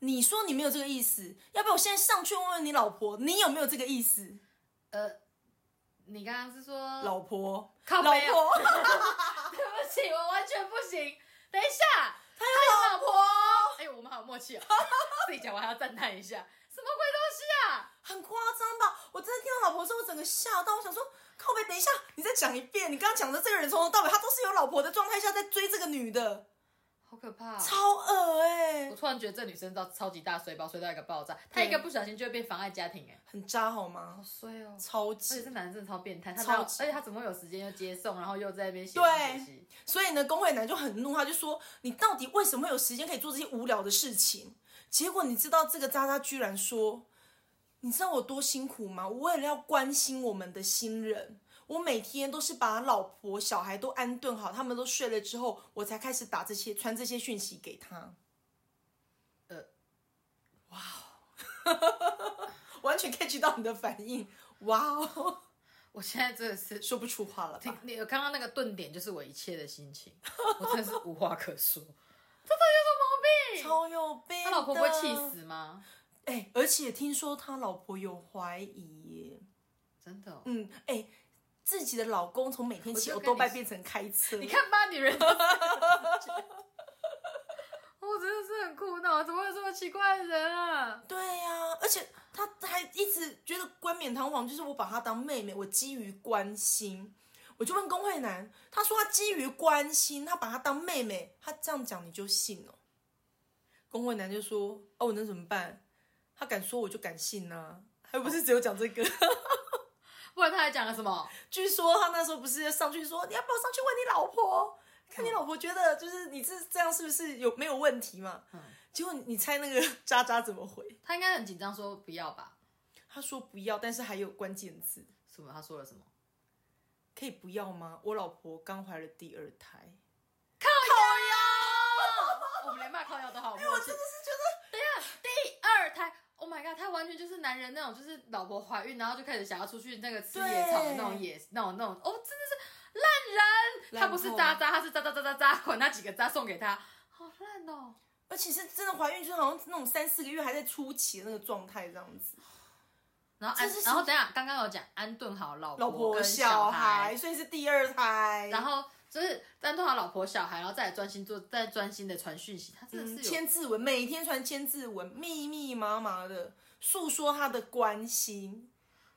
S1: 你说你没有这个意思，要不要我现在上去问问你老婆，你有没有这个意思？”
S3: 呃，你刚刚是说
S1: 老婆，
S3: 靠
S1: 老
S3: 背啊
S1: 婆，
S3: 对不起，我完全不行。等一下，他有老婆。哎、我们好有默契哦。 自己讲完还要赞叹一下，什么鬼东西啊？
S1: 很夸张吧？我真的听到老婆说，我整个吓到，我想说，靠背，等一下，你再讲一遍，你刚刚讲的这个人从头到尾，他都是有老婆的状态下在追这个女的，
S3: 好可怕、
S1: 超恶哎、
S3: 我突然觉得这女生到超级大衰包，衰到一个爆炸。她一个不小心就会变妨碍家庭、哎，
S1: 很渣好
S3: 好
S1: 吗？
S3: 衰哦。
S1: 超
S3: 而且
S1: 级。
S3: 这男的真的超变态，他
S1: 超
S3: 到
S1: 级
S3: 而且他怎么会有时间又接送，然后又在那边写
S1: 对
S3: 东西？
S1: 所以呢，工会男就很怒，他就说：“你到底为什么会有时间可以做这些无聊的事情？”结果你知道这个渣渣居然说：“你知道我多辛苦吗？我为了要关心我们的新人，我每天都是把老婆、小孩都安顿好，他们都睡了之后，我才开始打这些、传这些讯息给他。”
S3: 呃，
S1: 哇 哦，完全 catch 到你的反应，哇哦！
S3: 我现在真的是
S1: 说不出话了吧？
S3: 你刚刚那个顿点就是我一切的心情，我真的是无话可说。
S1: 超有病！
S3: 他老婆不会气。死吗？
S1: 哎、而且听说他老婆有怀疑耶。
S3: 真的哦、
S1: 嗯，哎、自己的老公从每天骑
S3: 我
S1: 欧
S3: 就跟
S1: 多
S3: 你
S1: 拜
S3: 说
S1: 变成开车，
S3: 你看吧，女人都是这样子。我真的是很苦恼，怎么会有这么奇怪的人啊？
S1: 对呀、而且他还一直觉得冠冕堂皇，就是我把她当妹妹，我基于关心。我就问龚慧楠，他说他基于关心，他把她当妹妹，他这样讲你就信哦？龚慧楠就说：“哦，我能怎么办？他敢说我就敢信呐、啊，他又不是只有讲这个。
S3: 不然他还讲了什么？
S1: 据说他那时候不是上去说你要不要上去问你老婆，看你老婆觉得就是你这这样是不是有没有问题嘛？
S3: 嗯
S1: 结果你猜那个渣渣怎么回？
S3: 他应该很紧张，说不要吧？
S1: 他说不要，但是还有关键字。”
S3: 什么？他说了什么？
S1: 可以不要吗？我老婆刚怀了第二胎，哦
S3: 我们连骂靠腰都好
S1: 哎
S3: 默契。
S1: 是觉得
S3: 第二胎，Oh my god，他完全就是男人那种，就是老婆怀孕，然后就开始想要出去那个吃野草的那种野，那种那种，哦，真的是烂人。
S1: 烂
S3: 他
S1: 透
S3: 不是渣渣，他是渣渣渣渣渣，管他几个渣送给他，好烂哦。
S1: 而且是真的怀孕，就是好像那种三四个月还在初期的那个状态这样子，
S3: 然后安
S1: 这是，什
S3: 然
S1: 么
S3: 后等一下，刚刚有讲安顿好老
S1: 老
S3: 婆
S1: 婆
S3: 跟
S1: 小
S3: 孩，
S1: 所以是第二胎，
S3: 然后就是安顿好老婆小孩，然后再来专心做，再专心的传讯息。他真
S1: 嗯
S3: 的是有，
S1: 千字文，每天传千字文，密密麻麻的诉说他的关心，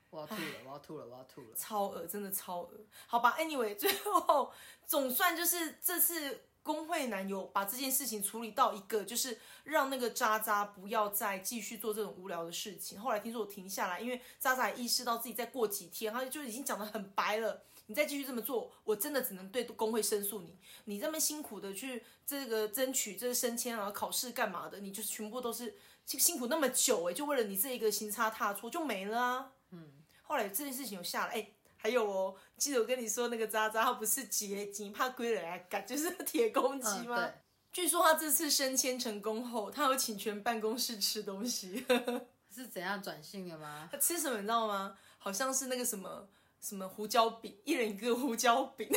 S3: 我要吐了，我要吐了，我要吐了。
S1: 超额，真的超额。好吧，anyway，最 后总算就是这次。工会男友把这件事情处理到一个，就是让那个渣渣不要再继续做这种无聊的事情。后来听说我停下来，因为渣渣也意识到自己再过几天，他就已经讲得很白了。你再继续这么做，我真的只能对工会申诉你。你这么辛苦的去这个争取这个升迁啊、考试干嘛的，你就是全部都是辛辛苦那么久哎、就为了你这一个行差踏错就没了啊。嗯，后来这件事情有下来哎。还有哦，记得我跟你说那个渣渣，他不是结晶，怕归人来赶， 就是铁公鸡
S3: 嗯，
S1: 吗？
S3: 对，
S1: 据说他这次升迁成功后，他有请全办公室吃东西。
S3: 是怎样转性的吗？
S1: 他吃什么你知道吗？好像是那个什么什么胡椒饼，一人一个胡椒饼。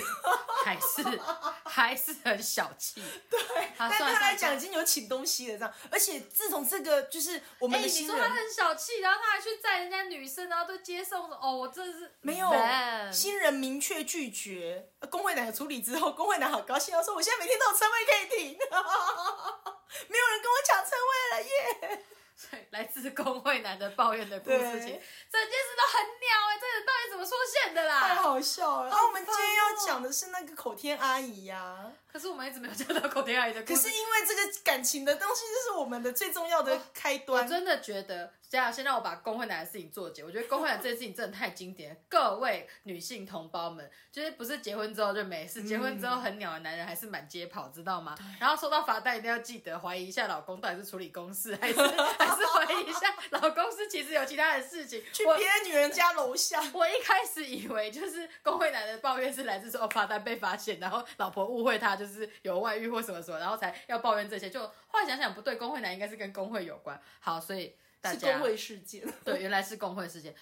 S3: 还是还是很小 气。对，他
S1: 但
S3: 啊算
S1: 他来
S3: 算
S1: 讲已
S3: 算。
S1: 经有请东西了，这样。而且自从这个就是我
S3: 哎、
S1: 们的
S3: 你
S1: 新
S3: 说
S1: 人，
S3: 他很小气，然后他还去载人家女生，然后都接送哦，我真的是
S1: 没有
S3: Man
S1: 新人明确拒绝，呃工会男友处理之后，工会男好高兴，他说我现在每天都有车位可以停，没有 人跟我抢车位了耶。
S3: 对来自工会男的抱怨的故事情，整
S1: 对
S3: 件事都很鸟哎、这人到底怎么出现的
S1: 太
S3: 啦？
S1: 好笑
S3: 啊
S1: 了。然后我们今天要讲的是那个口天阿姨呀、
S3: 可是我们一直没有讲到口天阿姨的故
S1: 可
S3: 事。
S1: 是因为这个感情的东西，就是我们的最重要的开
S3: 我
S1: 端。
S3: 真的觉得，这样先让我把工会男的事情做结。我觉得工会男这件事情真的太经典了，各位女性同胞们，就是不是结婚之后就没事，结婚之
S1: 嗯
S3: 后很鸟的男人还是满街跑，知道吗？然后收到罚单一定要记得怀疑一下老公到底是处理公事，还是 还是怀疑一下老公是其实有其他的事情。
S1: 去
S3: 我
S1: 别的女人家楼下，
S3: 我一开始以为就是工会男的抱怨是来自说哦罚单被发现，然后老婆误会他就是有外遇或什么什么，然后才要抱怨这些。就后来想想不对，工会男应该是跟工会有关。好，所以大
S1: 是
S3: 家
S1: 工会事 件。
S3: 对，原来是工会事件。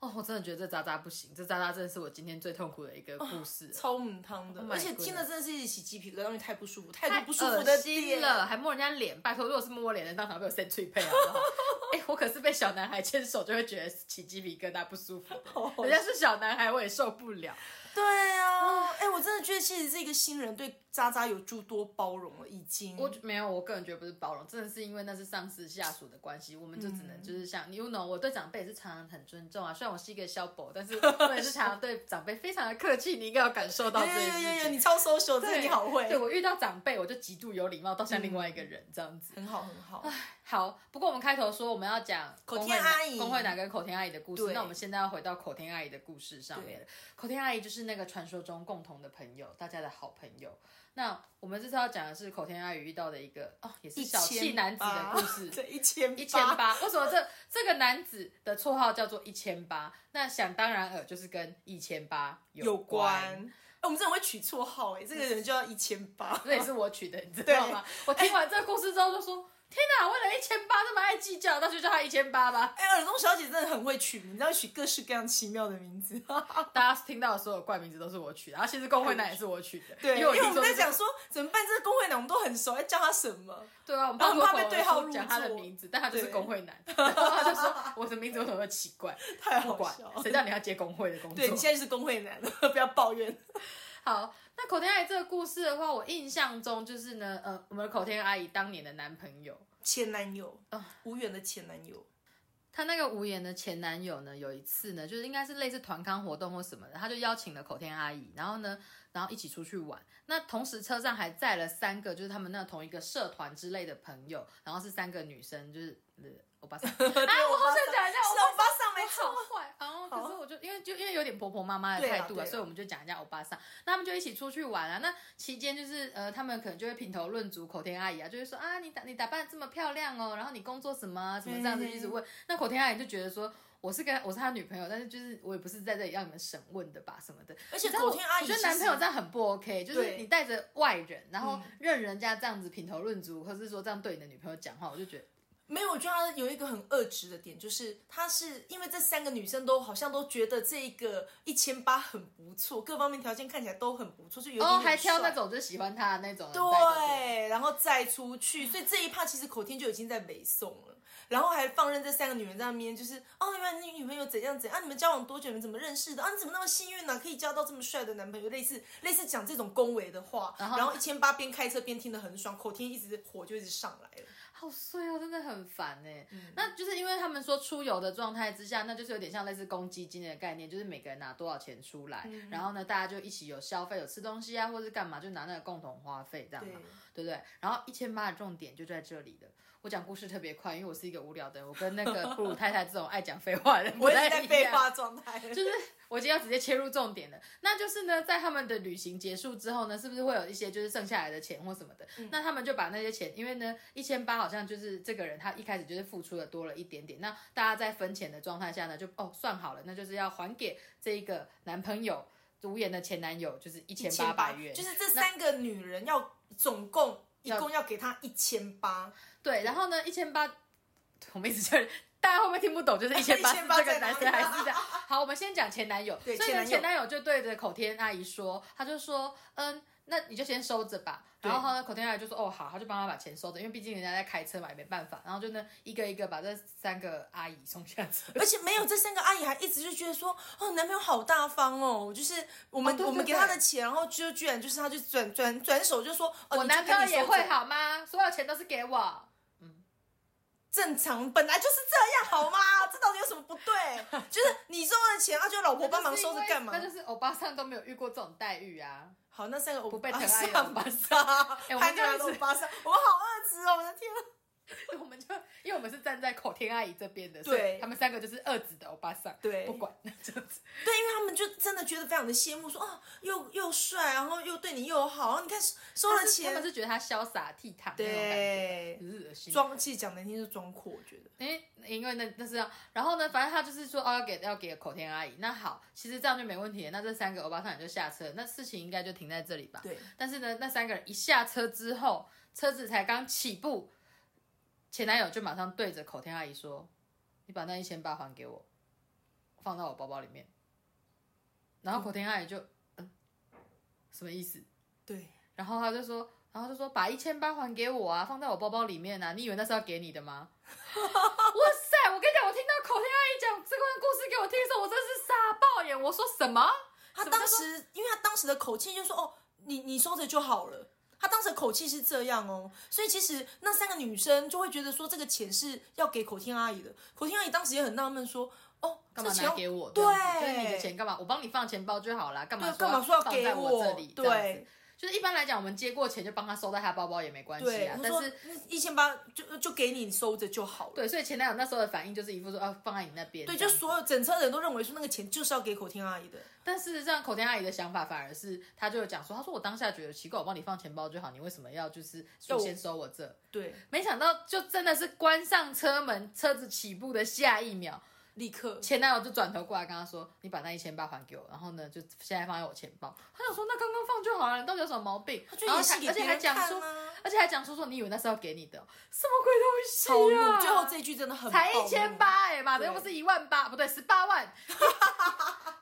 S3: 哦，我真的觉得这渣渣不行，这渣渣真的是我今天最痛苦的一个故事，
S1: 哦超母汤的
S3: Oh my
S1: 而且听了
S3: goodness
S1: 真的是一起鸡皮疙瘩，因为太不舒服，太多
S3: 太
S1: 不舒服
S3: 恶
S1: 的
S3: 心
S1: 点
S3: 了，。还摸人家脸，拜托，如果是摸我脸的，当场被我扇脆配好不好？哎、我可是被小男孩牵手就会觉得起鸡皮疙瘩不舒服，人家是小男孩，我也受不了。
S1: 对啊，哎、我真的觉得其实这个新人对渣渣有诸多包容了，已经。
S3: 我没有，我个人觉得不是包容，真的是因为那是上司下属的关系，我们就只能
S1: 嗯
S3: 就是像、you know，我对长辈也是常常很尊重啊。虽然我是一个小宝，但是我也是常常对长辈非常的客气，你应该有感受到
S1: 有
S3: 这 件
S1: 有
S3: 事
S1: 有有，
S3: 情
S1: 你。超 social，这个
S3: 对，
S1: 你好会
S3: 对，我遇到长辈，我就极度有礼貌，到像另外一个人、这样子。
S1: 很好很好。
S3: 好，不过我们开头说我们要讲
S1: 口
S3: 工
S1: 天
S3: 会男
S1: 阿姨
S3: 工会男跟口天阿姨的故事。
S1: 对
S3: 那我们现在要回到口天阿姨的故事上面了。口天阿姨就是那个传说中共同的朋友，大家的好朋友。那我们这次要讲的是口天阿姨遇到的一个哦，也是小气男子的故事。
S1: 对， 一千
S3: 一千八，为什么这这个男子的绰号叫做一千八？那想当然尔就是跟一千八
S1: 有
S3: 关嗯
S1: 关。哎、我们真的会取绰号哎、这个人就要一千八。
S3: 这也是我取的，你知道吗？我听完这个故事之后就说，天哪，为了一千八这么爱计较，那就叫他一千八吧。
S1: 哎、耳东小姐真的很会取名，你知道取各式各样奇妙的名字。
S3: 大家听到的所有怪名字都是我取的，然后其实工会男也是我取的，
S1: 对，因
S3: 为我
S1: 为
S3: 听
S1: 我们
S3: 说
S1: 在
S3: 是
S1: 讲说怎么办，这个工会男我们都很熟，要哎叫他什么？
S3: 对啊，我们
S1: 然后
S3: 怕
S1: 很怕被对号入座
S3: 讲他的名字，但他就是
S1: 对
S3: 工会男， 然后他就说我的名字为什么那么奇怪？
S1: 太
S3: 不
S1: 好
S3: 管
S1: 笑，了。
S3: 谁叫你要接工会的工
S1: 对你
S3: 作？
S1: 现在就是工会男 了，不要抱怨。
S3: 好，那口天阿姨这个故事的话，我印象中就是呢，呃，我们的口天阿姨当年的男朋友，
S1: 前男友
S3: 啊，
S1: 无缘的前男友，
S3: 她那个无言的前男友呢，有一次呢，就是应该是类似团康活动或什么的，他就邀请了口天阿姨，然后呢，然后一起出去玩。那同时车上还载了三个，就是他们那同一个社团之类的朋友，然后是三个女生，就是呃，欧巴 桑。哎，我好想讲一下，
S1: 是啊
S3: 我
S1: 欧巴桑没
S3: 我
S1: 错。
S3: 好坏。然后可
S1: 好
S3: 是我就因为就因为有点婆婆妈妈的
S1: 对啦
S3: 态度
S1: 对
S3: 啊，
S1: 啦
S3: 所以我们就讲人家欧巴桑。那他们就一起出去玩啊。那期间就是呃，他们可能就会评头论足口天阿姨啊，就会说啊，你打你打扮得这么漂亮哦，然后你工作什么啊什么这样子
S1: 嗯
S3: 一直问。那口天阿姨就觉得说。我是跟我是他女朋友，但是就是我也不是在这里让你们审问的吧，什么的。
S1: 而且
S3: 你知道我
S1: 口天阿姨
S3: 我觉得
S1: 其实
S3: 男朋友这样很不 OK，就是
S1: 对
S3: 你带着外人，然后
S1: 嗯
S3: 任人家这样子评头论足，或是说这样对你的女朋友讲话，我就觉得
S1: 没有，我觉得他有一个很恶质的点，就是他是因为这三个女生都好像都觉得这一个一千八很不错，各方面条件看起来都很不错，就有点
S3: 哦，
S1: 很
S3: 还挑
S1: 帅
S3: 那种就喜欢他的那种人在就对了
S1: 对，然后再出去，所以这一趴其实口天就已经在北宋了，然后还放任这三个女人在那边，就是哦，原来你女朋友怎样怎样，啊，你们交往多久，你们怎么认识的啊？你怎么那么幸运呢、可以交到这么帅的男朋友，类似类似讲这种恭维的话，
S3: 然
S1: 然
S3: 后
S1: 后一千八边开车边听得很爽，口天一直火就一直上来了，
S3: 好衰哦，真的很烦哎、
S1: 嗯
S3: 那就是因为他们说出游的状态之下，那就是有点像类似公积金的概念，就是每个人拿多少钱出来，
S1: 嗯
S3: 然后呢，大家就一起有消费，有吃东西啊，或是干嘛，就拿那个共同花费这样嘛，对不对？然后一千八的重点就在这里了。我讲故事特别快，因为我是一个无聊的人，我跟那个布鲁太太这种爱讲废话的人不
S1: 我也
S3: 太
S1: 是
S3: 一
S1: 在
S3: 样。
S1: 废话状态，
S3: 就是我今天要直接切入重点了，那就是呢，在他们的旅行结束之后呢，是不是会有一些就是剩下来的钱或什么的？那他们就把那些钱，因为呢，一千八好像就是这个人他一开始就是付出的多了一点点，那大家在分钱的状态下呢，就哦算好了，那就是要还给这一个男朋友无言的前男友，就是一千八百元，
S1: 就是这三个女人要总共一
S3: 要
S1: 共要给他一千八，
S3: 对，然后呢，一千八，我们一直叫人，大家会不会听不懂？就是一千八，
S1: 1800
S3: 这个男生还是这样。好，我们先讲前男友。
S1: 对
S3: 所以
S1: 前
S3: 呢，
S1: 男友
S3: 前男友就对着口天阿姨说，他就说，嗯，那你就先收着吧。然后呢，口天阿姨就说，哦，好，他就帮他把钱收着，因为毕竟人家在开车嘛，也没办法。然后就呢，一个一个把这三个阿姨送下车。
S1: 而且没有这三个阿姨还一直就觉得说，哦，男朋友好大方哦，就是我们、
S3: 哦对对
S1: 我们给
S3: 对
S1: 他的钱，然后就居然就是他就转转转手就说， 哦、
S3: 我
S1: 你就
S3: 男朋友
S1: 跟你收
S3: 也会
S1: 走，
S3: 好吗？所有钱都是给我。
S1: 正常本来就是这样好吗？这到底有什么不对？就是你收了钱，啊，就老婆帮忙收着干嘛
S3: 那？就是欧巴桑都没有遇过这种待遇啊。
S1: 好，那三个欧
S3: 不被
S1: 巴
S3: 疼爱的
S1: 桑
S3: 欧巴
S1: 桑，
S3: 哎我们
S1: 还叫
S3: 这样
S1: 他
S3: 子
S1: 欧巴桑，我们好恶质哦，我的天啊！
S3: 我们就因为我们是站在口天阿姨这边的，
S1: 对
S3: 所以他们三个就是二子的欧巴桑，
S1: 对
S3: 不管 这样子。
S1: 对，因为他们就真的觉得非常的羡慕，说哦，又又帅，然后又对你又好，然后你看收收了
S3: 他们
S1: 钱，
S3: 是觉得他潇洒倜傥那种感觉，
S1: 对，
S3: 很恶心。
S1: 装气讲难听就是装阔，我觉得。
S3: 因为因为那那是这样，然后呢，反正他就是说哦要给要给口天阿姨，那好，其实这样就没问题了。那这三个欧巴桑也就下车，那事情应该就停在这里吧。
S1: 对，
S3: 但是呢，那三个人一下车之后，车子才刚起步，前男友就马上对着口天阿姨说：“你把那一千八还给我，放到我包包里面。”然后口天阿姨就嗯，什么意思？
S1: 对，
S3: 然后他就说，然后就说把一千八还给我啊，放在我包包里面啊。你以为那是要给你的吗？ 哇塞！我跟你讲，我听到口天阿姨讲这个故事给我听的时候，我真是傻爆眼。我说什么？
S1: 他
S3: 什么叫
S1: 当时，因为他当时的口气就说：“哦，你你收着就好了。”他当时的口气是这样哦，所以其实那三个女生就会觉得说，这个钱是要给口天阿姨的。口天阿姨当时也很纳闷说：“哦，
S3: 干嘛
S1: 这钱
S3: 拿
S1: 要
S3: 给我？
S1: 对
S3: 这样子就是你的钱干嘛？我帮你放钱包就好啦，干嘛
S1: 对干嘛说要
S3: 放
S1: 给
S3: 在我这里？这样子
S1: 对
S3: 就是一般来讲，我们接过钱就帮他收在他包包也没关系
S1: 对，
S3: 啊。
S1: 他
S3: 但
S1: 说
S3: 是
S1: 一千八就就给你，你收着就好了。
S3: 对，所以前男友那时候的反应就是一副说啊，放在你那边。
S1: 对，就
S3: 这样子
S1: 所有整车人都认为说那个钱就是要给口天阿姨的。
S3: 但事实上，口天阿姨的想法反而是，她就有讲说，她说我当下觉得奇怪，我帮你放钱包就好，你为什么要就是
S1: 要
S3: 说
S1: 我
S3: 先收我这？
S1: 对，
S3: 没想到，就真的是关上车门，车子起步的下一秒，
S1: 立刻
S3: 前男友就转头过来跟他说：“你把那一千八还给我。”然后呢，就现在放在我钱包。他想说：“那刚刚放就好了，你到底有什么毛病？”
S1: 就
S3: 然
S1: 演
S3: 后
S1: 戏
S3: 他
S1: 给
S3: 而且
S1: 别
S3: 还
S1: 人
S3: 讲
S1: 看
S3: 说，
S1: 啊
S3: 而且还讲说说你以为那是要给你的哦，什么鬼
S1: 超怒
S3: 东西啊！！
S1: 最后这一句真的很暴
S3: 才一
S1: 怒
S3: 千，八哎，妈的，
S1: 对
S3: 又不是一万八，不对，十八万。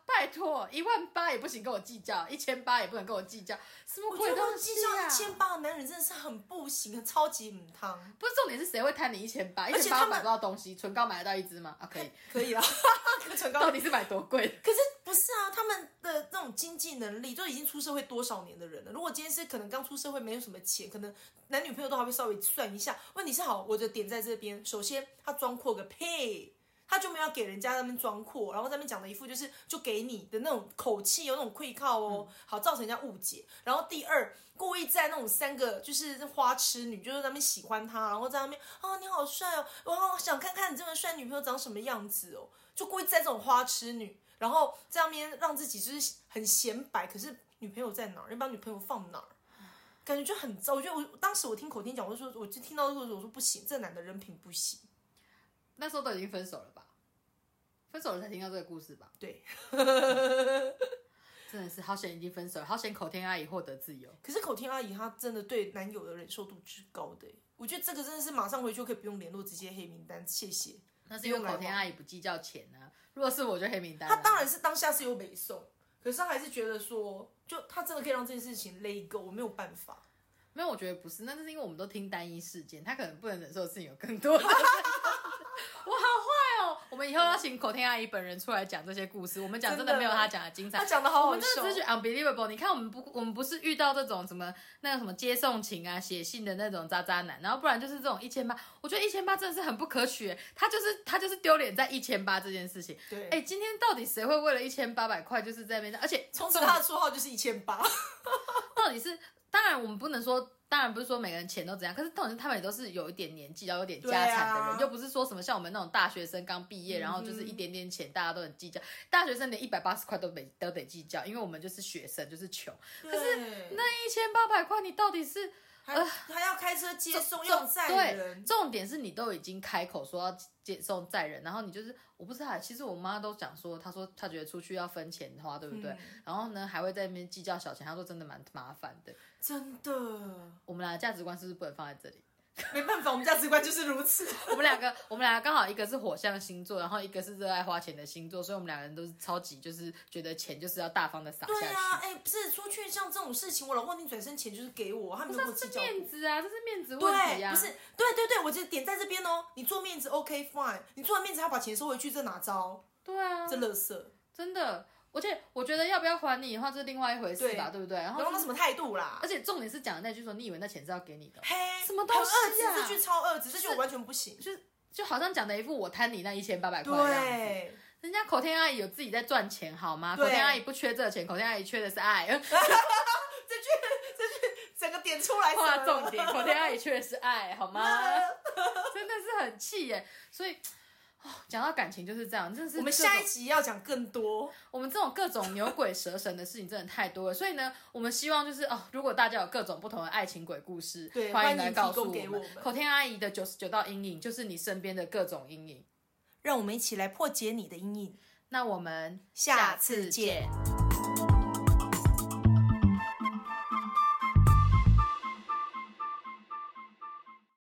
S3: 拜托，一万八也不行跟我计较，一千八也不能跟我计较，什么
S1: 我
S3: 鬼
S1: 觉
S3: 东
S1: 得
S3: 西
S1: 计较
S3: 啊！
S1: 一千八的男人真的是很不行，很超级母 汤。
S3: 不是重点是谁会贪你一千八？一
S1: 而且
S3: 千
S1: 他
S3: 八
S1: 们
S3: 买不到东西，唇膏买得到一支吗？啊，可以。
S1: 可以啊， 跟唇膏
S3: 到。底是买多贵？
S1: 可是不是啊？他们的那种经济能力，就已经出社会多少年的人了。如果今天是可能刚出社会没有什么钱，可能男女朋友都还会稍微算一下。问题是好，我的点在这边。首先，他装阔个屁，他就没有给人家在那边装阔，然后在那边讲的一副就是就给你的那种口气，有那种愧靠哦，好造成人家误解。然后第二，故意在那种三个就是花痴女，就是在那边喜欢他，然后在那边啊你好帅哦，我好想看看你这么帅女朋友长什么样子哦，就故意在这种花痴女，然后在那边让自己就是很显摆，可是女朋友在哪儿？要把女朋友放哪儿？感觉就很糟，我觉得我当时我听口天讲，我就说，我就听到这个，我说不行，这男的人品不行。
S3: 那时候都已经分手了吧？分手了才听到这个故事吧？
S1: 对，
S3: 真的是好险已经分手了，好险口天阿姨获得自由。
S1: 可是口天阿姨她真的对男友的忍受度之高的欸，我觉得这个真的是马上回去就可以不用联络，直接黑名单，谢谢。
S3: 那是因为口天阿姨不计较钱啊。如果是我就黑名单啊了、
S1: 他当然是当下是有北宋，可是他还是觉得说，就他真的可以让这件事情 let go，我没有办法。
S3: 没有，我觉得不是，那是因为我们都听单一事件，他可能不能忍受的事情有更 多。我好坏哦！我们以后要请口天阿姨本人出来讲这些故事，我们讲真的没有他讲的精彩
S1: 他。讲的好
S3: 我
S1: 好
S3: 们真
S1: 笑
S3: 的只，是觉得 unbelievable。你看，我们不，我们不是遇到这种什么那个什么接送情啊、写信的那种渣渣男，然后不然就是这种一千八。我觉得一千八真的是很不可取，他就是他就是丢脸在一千八这件事情。
S1: 对，
S3: 哎、今天到底谁会为了一千八百块就是在那边？而且
S1: 从此他的绰号就是一千八，
S3: 到底是，当然我们不能说，当然不是说每个人钱都怎样，可是到底他们也都是有一点年纪，然后有点家产的人，
S1: 对啊嗯
S3: 又不是说什么像我们那种大学生刚毕业，然后就是一点点钱大家都很计较，大学生连一百八十块都得都得计较，因为我们就是学生，就是穷。
S1: 可是那
S3: 一千八百块，你到底是
S1: 还还要开车接送，要
S3: 重
S1: 载
S3: 呃对
S1: 人，
S3: 重点是你都已经开口说要接送载人，然后你就是我不知道，其实我妈都讲说，她说她觉得出去要分钱花，对不对？
S1: 嗯
S3: 然后呢还会在那边计较小钱，她说真的蛮麻烦的。
S1: 真的
S3: 我们俩的价值观是不是不能放在这里？
S1: 没办法，我们价值观就是如此。
S3: 我们两个， 我们两个刚好一个是火象星座，然后一个是热爱花钱的星座，所以我们两个人都是超级就是觉得钱就是要大方的撒下
S1: 对
S3: 去。
S1: 啊，哎，不是出去像这种事情，我老公已经转身前就是给我，他没有跟我
S3: 这
S1: 计
S3: 是
S1: 较过。
S3: 面子啊，这是面子问题
S1: 对，
S3: 啊！
S1: 不是，对对对，我觉得点在这边哦。你做面子 OK fine，你做完面子还要把钱收回去，这哪招？
S3: 对啊，
S1: 这乐色。
S3: 真的，而且我觉得要不要还你的话，这是另外一回事吧，
S1: 对
S3: 对不对？然
S1: 然后那
S3: 后，
S1: 什么态度啦
S3: 而？且重点是讲的那句说，你以为那钱是要给你的，哦
S1: 嘿，
S3: 什么东西啊
S1: 很恶质，这句超恶质，这句我完全不行。
S3: 就是就好像讲的一副我贪你那一千八百块的样子。
S1: 对，
S3: 人家口天阿姨有自己在赚钱好吗？
S1: 对
S3: 口天阿姨不缺这个钱，口天阿姨缺的是爱。
S1: 整个点出来 什
S3: 画
S1: 么
S3: 重点，口天阿姨缺的是爱 好吗？真的是很气耶，所以。哦讲到感情就是这样，真的是
S1: 我们
S3: 各
S1: 下
S3: 种
S1: 一集要讲更多，
S3: 我们这种各种牛鬼蛇神的事情真的太多了，所以呢，我们希望就是哦，如果大家有各种不同的爱情鬼故事，
S1: 对
S3: 欢
S1: 欢
S3: 迎
S1: 迎
S3: 来告
S1: 提
S3: 诉
S1: 供给
S3: 们
S1: 我。们
S3: 口天阿姨的九十九道阴影就是你身边的各种阴影。
S1: 让我们一起来破解你的阴影。
S3: 那我们
S1: 下次见
S3: 下次见